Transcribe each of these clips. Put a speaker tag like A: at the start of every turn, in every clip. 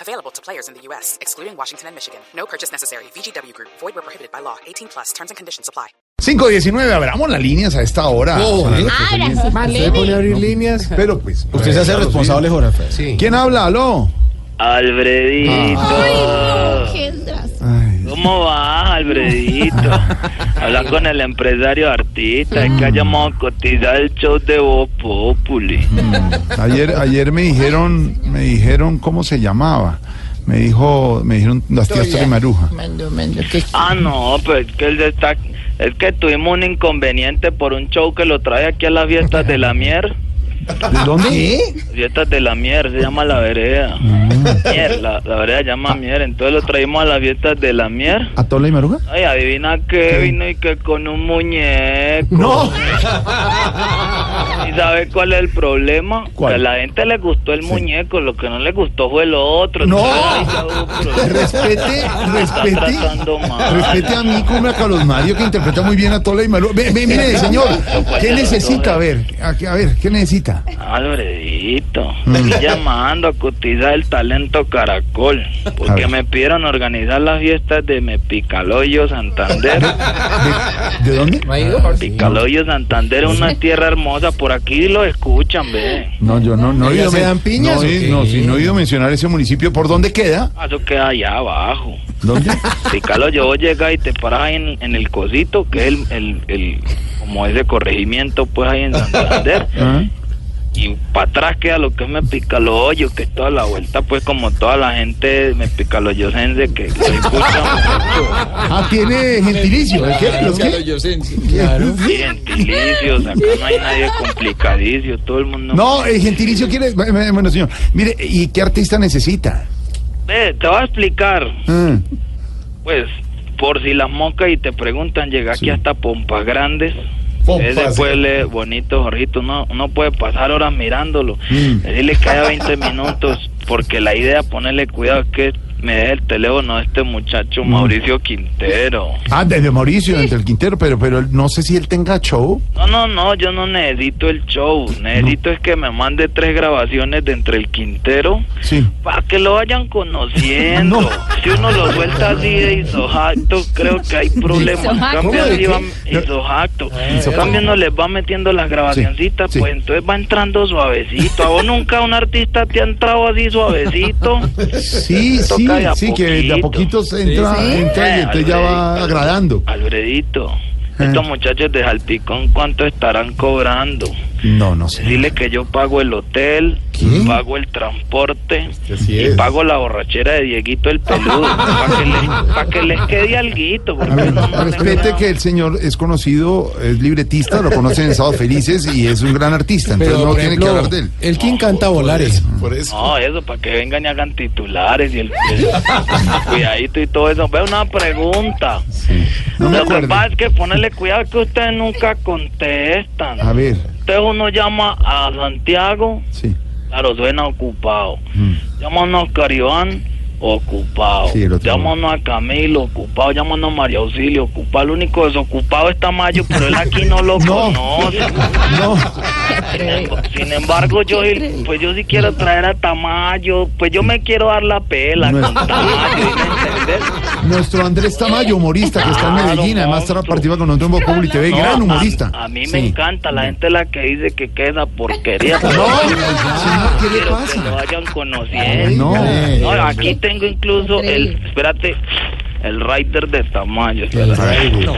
A: Available to players in the U.S., excluding Washington and Michigan. No purchase necessary. VGW Group, void were prohibited by law. 18 plus terms and conditions apply.
B: 5.19, abramos las líneas a esta hora. O sea,
C: Ah, Usted pone a abrir líneas.
B: Pero pues.
C: Usted se hace responsable, Jorafe. Sí.
B: ¿Quién habla? ¿Aló?
D: Albredito, ¿cómo vas, Albredito? Habla con el empresario artista, es que ha llamado a cotizar el show de Voz Populi.
B: Ayer, ayer me dijeron, me dijeron cómo se llamaba. Me dijo, me dijeron las tías Tori Maruja.
D: Ah, no, pero es que él está, es que tuvimos un inconveniente por un show que lo trae aquí a las fiestas de la mier.
B: ¿De dónde?
D: Fiestas de la mier, se llama la vereda. Mier, la, la vereda se llama mier, entonces lo traímos a las fiestas de la mier.
B: ¿A Tola y Maruja?
D: Ay, adivina qué vino y que con un muñeco.
B: No.
D: ¿Y sabes cuál es el problema?
B: ¿Cuál?
D: Que a la gente le gustó el muñeco, lo que no le gustó fue lo otro.
B: ¡No!
D: Ay, ya hubo problema.
B: Respete,
D: Está
B: respete.
D: tratando mal.
B: Respete a mí como a Carlos Mario que interpreta muy bien a Tola y Maruja. Ve, ve, mire, señor, ¿qué necesita? A ver, a, a ver, ¿qué necesita?
D: Albredito,
B: Mm.
D: estoy llamando a cotizar el talento Caracol,
B: A ver.
D: porque me pidieron organizar las fiestas de Me Picaloyo Santander.
B: ¿De dónde?
D: Picaloyo Santander es una tierra hermosa, por aquí lo escuchan, ve.
B: No, yo no, no he
C: ¿Ellas
B: oído.
C: me dan piñas
B: No,
C: o
B: he-
C: qué?
B: no, sí, no he oído mencionar ese municipio. ¿Por dónde queda?
D: Eso queda allá abajo.
B: ¿Dónde?
D: Picalo, yo llega y te paras ahí en, en el cosito, que es el, el, el- como ese corregimiento, pues ahí en Santander.
B: Ah.
D: Y para atrás queda lo que es me picalo hoyo, que es toda la vuelta, pues como toda la gente me picalo yosense que lo escucha
B: Ah, tiene gentilicio. ¿El qué? ¿Los qué?
C: Claro.
D: mucho. Gentilicios, acá no hay nadie complicadicio, todo el mundo.
B: No, el gentilicio quiere. Bueno, señor, mire, ¿y qué artista necesita?
D: Ve, te voy a explicar,
B: Ah,
D: pues, por si las mocas y te preguntan, llega aquí hasta Pompas Grandes.
C: Oh,
D: Ese pueblo es bonito, Jorgito. Uno, uno puede pasar horas mirándolo.
B: Mm.
D: Decirle que haya 20 minutos, porque la idea, ponerle cuidado, es que me deje el teléfono a este muchacho Mauricio Quintero.
B: Ah, desde Mauricio, desde el Quintero, pero, pero no sé si él tenga show.
D: No, no, no, yo no necesito el show. Necesito es que me mande tres grabaciones de entre el Quintero
B: Sí.
D: para que lo vayan conociendo.
B: No.
D: Si uno lo suelta así de isojacto, creo que hay problemas. En
B: ¿Isojacto?
D: cambio,
B: ¿Cómo de
D: así va
B: qué?
D: isojacto. En
B: Isojacto.
D: cambio, uno les va metiendo las grabacioncitas,
B: Sí, sí.
D: pues entonces va entrando suavecito. ¿A vos nunca un artista te ha entrado así suavecito?
B: Sí,
D: Toca
B: sí,
D: de a
B: sí, que de a poquitos entra, entra y entonces ya va agradando.
D: Eh,
B: Eh.
D: Alfredito, estos muchachos de Jalpicón, ¿cuánto estarán cobrando?
B: No, no sé.
D: Dile que yo pago el hotel,
B: ¿Qué?
D: pago el transporte
B: Así
D: y
B: es.
D: pago la borrachera de Dieguito el peludo. para que, les- pa' que les quede alguito. porque
B: A ver,
D: no, no,
B: respete
D: no.
B: que el señor es conocido, es libretista, lo conocen en Estados Felices y es un gran artista, entonces
C: Pero,
B: no
C: por
B: tiene que
C: ejemplo,
B: hablar de él.
C: el que encanta volar es.
D: No, eso, para que vengan y hagan titulares y el, el- cuidadito y todo eso. Ve una pregunta.
B: No me
D: Lo que
B: acuerdo.
D: pasa es que ponerle cuidado que ustedes nunca contestan.
B: A ver,
D: Entonces uno llama a Santiago,
B: sí.
D: claro, suena ocupado.
B: Mm.
D: Llámanos a Caribán, ocupado.
B: Sí, el otro
D: Llámanos a Camilo, ocupado. Llámanos a María Auxilio, ocupado. El único desocupado es Tamayo, pero él aquí no lo
B: No.
D: conoce.
B: No,
D: Sin em- Sin embargo, yo sí- pues yo sí quiero traer a Tamayo. Pues yo me quiero dar la pela
B: No.
D: con Tamayo, ¿sí me entendés?
B: nuestro Andrés Tamayo, humorista, que está en
D: Claro,
B: Medellín, además
D: monstruo.
B: participa con nosotros en Voz Populi TV,
D: No,
B: gran
D: a-
B: humorista.
D: A, mí
B: Sí.
D: me encanta la gente la que dice que queda porquería. pero
B: No, señor,
D: yo
B: ¿qué le
D: quiero que lo
B: pasa?
D: vayan conociendo.
B: No.
D: No, aquí tengo incluso el, espérate, el rider de tamaño. Espérate, yo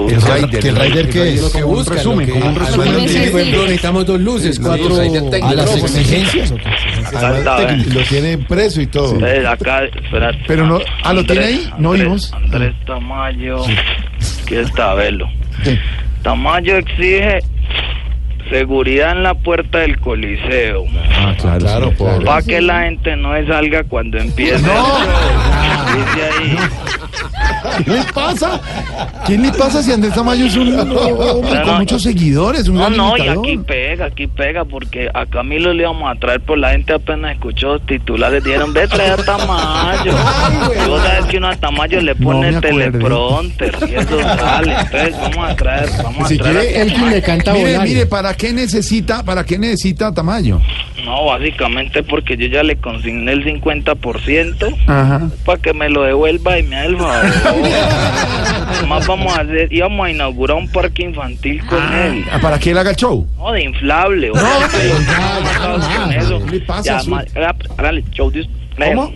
B: El
D: busco.
B: rider.
C: ¿Que el rider qué es?
B: Lo que busca,
C: Resumen,
B: lo que-
C: como un resumen.
B: Algo
C: Sí,
B: así.
C: por ejemplo, necesitamos dos luces, cuatro a las exigencias. ¿o qué?
D: Falta, a ver.
B: Lo tiene preso y todo.
D: Entonces, Eh, acá, espérate.
B: Pero no- ah, ¿lo tiene
D: Andrés-
B: ahí? No
D: Andrés-
B: oímos.
D: Andrés Tamayo. Aquí está, a verlo.
B: Sí.
D: Tamayo exige seguridad en la puerta del Coliseo.
B: Ah, claro,
C: Claro,
B: sí,
C: pobre.
D: Para que la gente no salga cuando
B: Ah.
D: empiece.
B: No.
D: el show. Dice ahí.
B: ¿Qué le pasa? ¿Quién le pasa si Andrés Tamayo es un hombre
D: No, no,
B: con muchos seguidores? Un
D: No,
B: gran
D: no, y
B: imitador?
D: aquí pega, aquí pega, porque a Camilo le íbamos a traer, por la gente apenas escuchó titulares, dijeron, ve, trae a Tamayo. Y vos sabes que uno a Tamayo le pone
B: me acuerdo.
D: teleprompter y eso sale. Entonces, vamos a traer, vamos
C: Si
D: a traer. a
C: quiere, Elkin
D: Tamayo.
C: le canta
B: Mire,
C: Bolaño.
B: mire, ¿para qué necesita, para qué necesita Tamayo?
D: No, básicamente porque yo ya le consigné el 50%
B: Ajá.
D: para que me lo devuelva y me haga el favor. Más vamos a hacer, íbamos a inaugurar un parque infantil con él.
B: Ah, ¿Para qué él haga el show?
D: No, de inflable. No,
B: ¿Qué le pasa, Azul?
D: Hágale, show de ustedes.
B: ¿Cómo?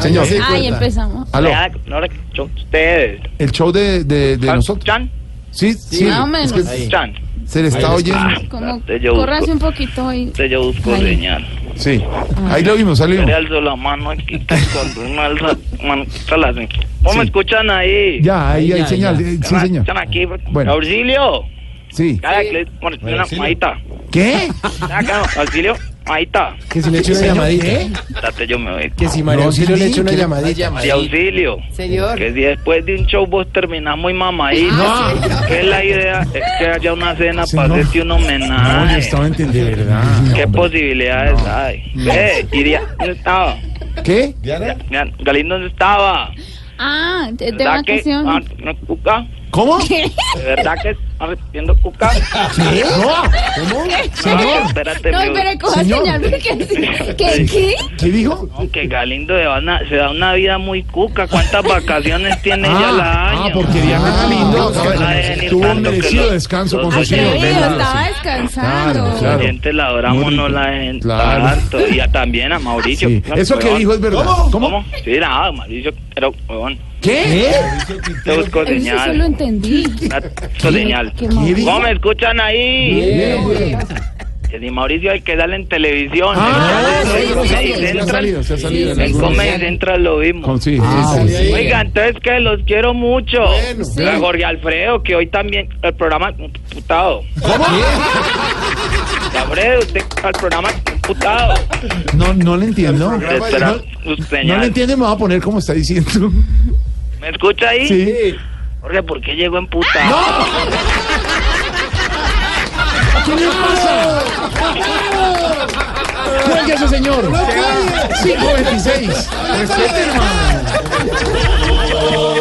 B: Señor. pues.
E: Ay, empezamos.
B: Aló,
D: Ya, No, hágale show de ustedes.
B: el show de, de, de
D: Chan,
B: nosotros.
D: Chan,
B: Sí, sí.
E: Más o
B: Es
E: menos.
B: que
D: chan.
B: se le está oyendo.
E: Como,
D: Espérate, yo busco.
E: córrase un poquito hoy.
D: Entonces yo busco
E: Ay.
D: señal.
B: Sí. Ahí lo vimos, ahí lo
D: Yo le
B: vimos.
D: alzo la mano aquí. que Cuando uno alza, mano, alza la señal. ¿Cómo
B: Sí.
D: me escuchan ahí?
B: Ya, ahí
C: Ahí,
B: hay
C: ya,
B: señal.
C: ya.
B: eh, Sí,
D: Están-
B: señor.
D: Están aquí. pues.
B: Bueno.
D: Auxilio.
B: Sí.
D: Dale, que le- bueno, una majita.
B: ¿Qué?
D: Acá, auxilio, majita.
C: Que si le echo una llamadita.
D: Espérate, yo me voy.
C: Que si María
B: ¿eh? No,
C: Auxilio
B: sí,
C: le echa una
B: que-
C: llamadita.
D: Sí, auxilio.
F: Señor.
D: Que si después de un show vos terminás muy mamadito, Ah, que la idea es que haya una cena para
B: no.
D: hacerte un homenaje.
B: entendiendo, de verdad.
D: ¿Qué posibilidades hay? Eh, y Dia- ¿dónde estaba?
B: ¿Qué?
D: Mira, Galindo, ¿dónde estaba?
E: Ah, de, de
D: ¿Verdad que? ah,
E: vacaciones.
D: no, cuca?
B: ¿Cómo?
D: ¿De verdad que estás viendo cuca?
B: ¿Qué? No. ¿Cómo?
D: No, espérate,
E: No,
D: mi-
E: espere, coja
B: Señor.
E: señal porque... ¿Qué? ¿Qué?
B: ¿Qué dijo?
D: no, que Galindo se, va una- se da una vida muy cuca. ¿Cuántas vacaciones tiene ya la año?
B: Ah, porque Diana
C: Ah,
B: Galindo
C: no,
B: acaba-
D: que la dejen ir
B: tuvo un
D: tanto que
B: merecido
D: los-
B: descanso
D: los
B: con sus hijos.
E: Atrevido,
B: ¿verdad?
E: estaba
B: Claro,
E: descansando.
D: Los
B: claro.
D: oyentes la adoramos,
B: Muy
D: no
B: rico.
D: la dejen
B: Claro.
D: tanto. Y a- también a Mauricio.
B: Sí. Eso que
D: Huevón.
B: dijo es verdad. ¿Cómo?
D: ¿Cómo? Sí, nada, Mauricio, pero, huevón,
B: ¿Qué?
D: te busco
E: Eso sí lo
D: señal.
E: entendí.
D: te busco señal.
E: Qué mal.
B: dijo?
D: ¿Cómo me escuchan ahí? Que si Mauricio hay que darle en televisión.
B: Ah,
D: En
B: sí,
D: Comedy
B: sí, Ah, sí, se ha
D: Central-
B: salido, se ha salido en
D: En
B: algunos.
D: Comedy Central lo
B: Con-
D: vimos.
B: sí, sí, sí, sí.
D: Oiga, entonces que los quiero mucho.
E: Sí.
D: A Jorge Alfredo, que hoy también el programa putado.
B: ¿Cómo?
D: Alfredo, usted al programa putado.
B: No, no le entiendo. No,
D: Espera, usted
B: no le
D: ya.
B: entiende, me voy a poner como está diciendo.
D: ¿Me escucha ahí?
B: Sí.
D: Jorge, ¿por qué llegó en puta?
B: ¿Qué le pasa? ¡Cuelgue ese señor! 526. Respete, hermano.